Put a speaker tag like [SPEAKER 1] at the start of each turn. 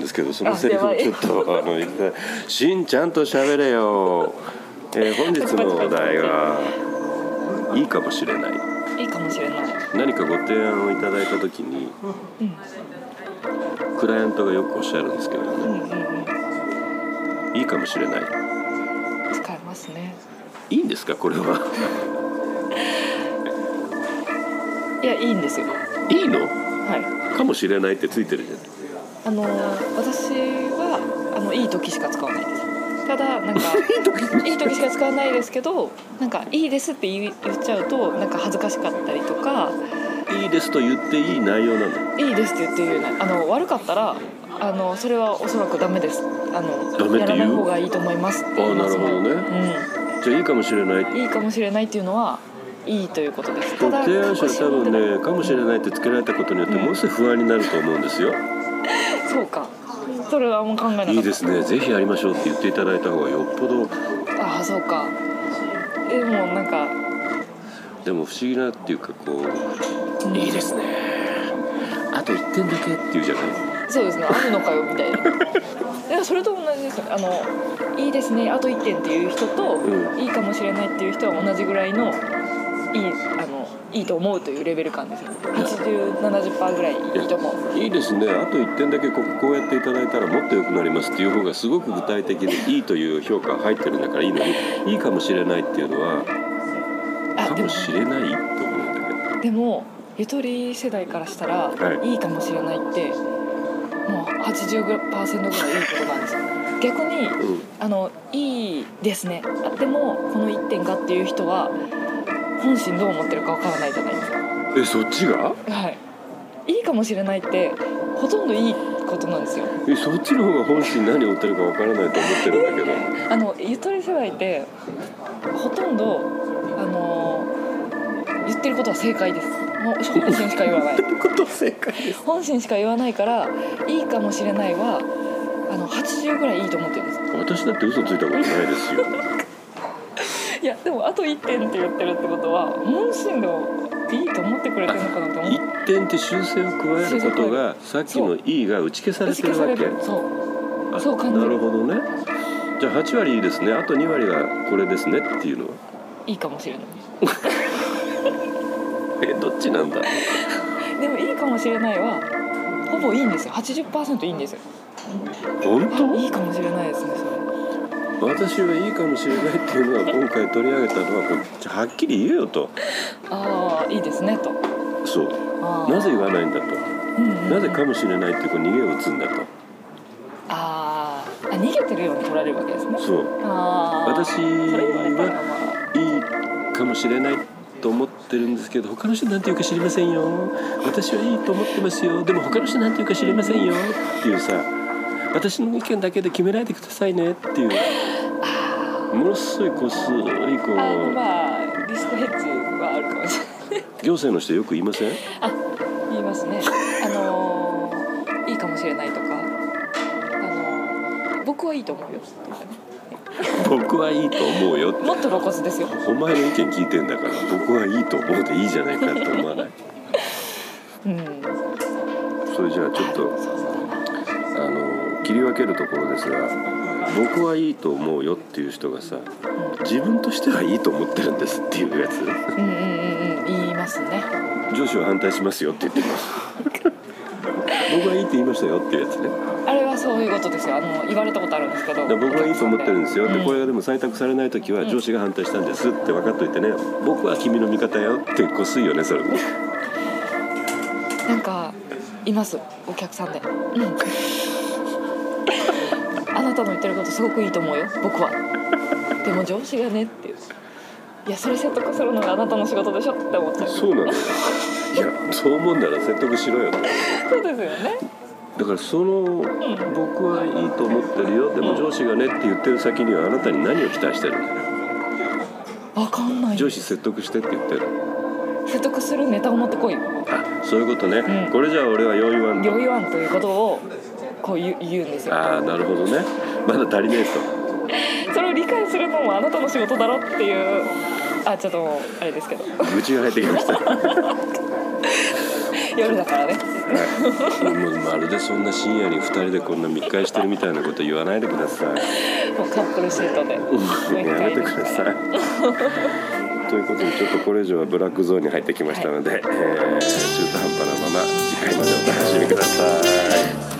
[SPEAKER 1] ですけどそのセリフをちょっとあの言ってしんちゃんと喋れよ、えー本日のお題はいいかもしれない
[SPEAKER 2] いいかもしれない。
[SPEAKER 1] 何かご提案をいただいた時に
[SPEAKER 2] うん
[SPEAKER 1] クライアントがよくおっしゃるんですけど
[SPEAKER 2] う
[SPEAKER 1] ね
[SPEAKER 2] んうんうん。
[SPEAKER 1] いいかもしれない
[SPEAKER 2] 使えますね。
[SPEAKER 1] いいんですかこれはい
[SPEAKER 2] やいいんですよ。はい
[SPEAKER 1] いの
[SPEAKER 2] い。
[SPEAKER 1] かもしれないってついてるじゃない
[SPEAKER 2] あのー私はあのいい時しか使わないです。ただなんか いい時しか使わないですけど、なんかいいですって言い言っちゃうとなんか恥ずかしかったりとか、
[SPEAKER 1] いいですと言っていい内容なの
[SPEAKER 2] いいですって言って言うね。あの悪かったらあのそれはおそらくダメです。あの
[SPEAKER 1] ダメ
[SPEAKER 2] や
[SPEAKER 1] って言う
[SPEAKER 2] らない方がいいと思いますって言いますもん。
[SPEAKER 1] あなるほどじゃあいいかもしれない
[SPEAKER 2] うん。いいかもしれないっていうのはいいということです。
[SPEAKER 1] ご
[SPEAKER 2] ただ
[SPEAKER 1] 提案者は多
[SPEAKER 2] 隠し持って
[SPEAKER 1] 分
[SPEAKER 2] な
[SPEAKER 1] ねかもしれないってつけられたことによって
[SPEAKER 2] うん
[SPEAKER 1] ものすごい不安になると思うんですよ、
[SPEAKER 2] いそうか。それはもう考えなかった。
[SPEAKER 1] いいですねぜひやりましょうって言っていただいた方がよっぽど
[SPEAKER 2] ああそうかでもなんか、
[SPEAKER 1] でも不思議なっていうかこう
[SPEAKER 2] うん
[SPEAKER 1] いいですねあと1点だけっていうじゃない
[SPEAKER 2] そうですねあるのかよみた いないやそれと同じですよあのいいですねあと1点っていう人と、
[SPEAKER 1] うん
[SPEAKER 2] いいかもしれないっていう人は同じぐらいのいいあのいいと思うというレベル感ですよ8070%ぐらいいいと思う
[SPEAKER 1] いいですねあと1点だけこここうやっていただいたらもっと良くなりますっていう方がすごく具体的でいいという評価が入ってるんだからいいのにいいかもしれないっていうのは
[SPEAKER 2] あ
[SPEAKER 1] か
[SPEAKER 2] でも
[SPEAKER 1] もしれないと思うんだけど
[SPEAKER 2] でもゆとり世代からしたら、、
[SPEAKER 1] はい
[SPEAKER 2] いかもしれないってもう80%ぐらいいいことなんですよ逆に
[SPEAKER 1] うん
[SPEAKER 2] あのいいですねあでもこの1点がっていう人は本心どう思ってるかわからないじゃないですか
[SPEAKER 1] えそっちが
[SPEAKER 2] はいいいかもしれないってほとんどいいことなんですよ
[SPEAKER 1] えそっちの方が本心何を追ってるかわからないと思ってるんだけど
[SPEAKER 2] あのゆとり世代ってほとんどあの言ってることは正解ですもう本心しか言わない
[SPEAKER 1] こと正解です
[SPEAKER 2] 本心しか言わないからいいかもしれないはあの80ぐらいいいと思ってるんです
[SPEAKER 1] 私だって嘘ついたことないですよ
[SPEAKER 2] いやでもあと1点って言ってるってことは本心でもいいと思ってくれてるのかなって思って
[SPEAKER 1] 一点って修正を加えることがさっきの「いい」が打ち消されてるわけ
[SPEAKER 2] そう
[SPEAKER 1] あ
[SPEAKER 2] そう感じる
[SPEAKER 1] なるほどねじゃあ8割いいですねあと2割がこれですねっていうのはい
[SPEAKER 2] いかもしれない
[SPEAKER 1] えどっちなんだ
[SPEAKER 2] でもいいかもしれないはほぼいいんですよ80%いいんですよ
[SPEAKER 1] 本
[SPEAKER 2] あいいかもしれないですねそれ
[SPEAKER 1] 当私はいいかもしれないっていうのは今回取り上げたのはこうじゃあはっきり言えよと
[SPEAKER 2] ああいいですねと
[SPEAKER 1] そう
[SPEAKER 2] あー
[SPEAKER 1] なぜ言わないんだと
[SPEAKER 2] うんうんうん
[SPEAKER 1] なぜかもしれないっていうこう逃げを打つんだと
[SPEAKER 2] あーあ逃げてるように取られるわけですね
[SPEAKER 1] そう
[SPEAKER 2] ああ
[SPEAKER 1] 私
[SPEAKER 2] それ言われたら
[SPEAKER 1] は
[SPEAKER 2] まあ
[SPEAKER 1] いいかもしれないと思ってるんですけど他の人なんて言うか知りませんよ私はいいと思ってますよでも他の人なんて言うか知りませんよっていうさ私の意見だけで決めないでくださいねっていうものすごいこうすごいこ
[SPEAKER 2] あの
[SPEAKER 1] う
[SPEAKER 2] まあリスクヘッジはあるかもしれない
[SPEAKER 1] 行政の人よく言いません
[SPEAKER 2] あ言いますねあのーいいかもしれないとかあのー僕はいいと思うよとかね
[SPEAKER 1] 僕はいいと思うよって
[SPEAKER 2] もっと露骨ですよ
[SPEAKER 1] お前の意見聞いてんだから僕はいいと思うでいいじゃないかって思わない
[SPEAKER 2] うん
[SPEAKER 1] それじゃあちょっと
[SPEAKER 2] そうだ
[SPEAKER 1] あの切り分けるところですが僕はいいと思うよっていう人がさ
[SPEAKER 2] な
[SPEAKER 1] 自分としてはいいと思ってるんですっていうやつ
[SPEAKER 2] うんうんうんうん言いますね
[SPEAKER 1] 上司は反対しますよって言ってます僕はいいって言いましたよっていうやつね
[SPEAKER 2] あれはそういうことですよあの言われたことあるんですけど
[SPEAKER 1] で僕はいいと思ってるんですよ、
[SPEAKER 2] う
[SPEAKER 1] でこれがでも採択されない時は上司が反対したんですって分かっといてね僕は君の味方よってこすいよねそれも
[SPEAKER 2] なんかいますお客さんでうんあなたの言ってることすごくいいと思うよ僕はでも上司がねっていういやそれ説得するのがあなたの仕事でしょって思っちゃう
[SPEAKER 1] そうなのよいやそう思うんなら説得しろよと
[SPEAKER 2] そうですよね
[SPEAKER 1] だからその僕はいいと思ってるよでも上司がねって言ってる先にはあなたに何を期待してる
[SPEAKER 2] わかんない
[SPEAKER 1] 上司説得してって言ってる
[SPEAKER 2] 説得するネタを持ってこい
[SPEAKER 1] あそういうことね、
[SPEAKER 2] うん
[SPEAKER 1] これじゃあ俺は用意ワン
[SPEAKER 2] よいわんということをこう言う言うんですよ
[SPEAKER 1] ああなるほどねまだ足りねえと
[SPEAKER 2] それを理解するのもあなたの仕事だろっていうあちょっともうあれですけど
[SPEAKER 1] 愚痴が入ってきました
[SPEAKER 2] 夜だからね
[SPEAKER 1] はい、もうまるでそんな深夜に2人でこんな密会してるみたいなこと言わないでください。
[SPEAKER 2] もうカップルシートで
[SPEAKER 1] うんやめてください。ということでちょっとこれ以上はブラックゾーンに入ってきましたので、えー中途半端なまま次回までお楽しみください。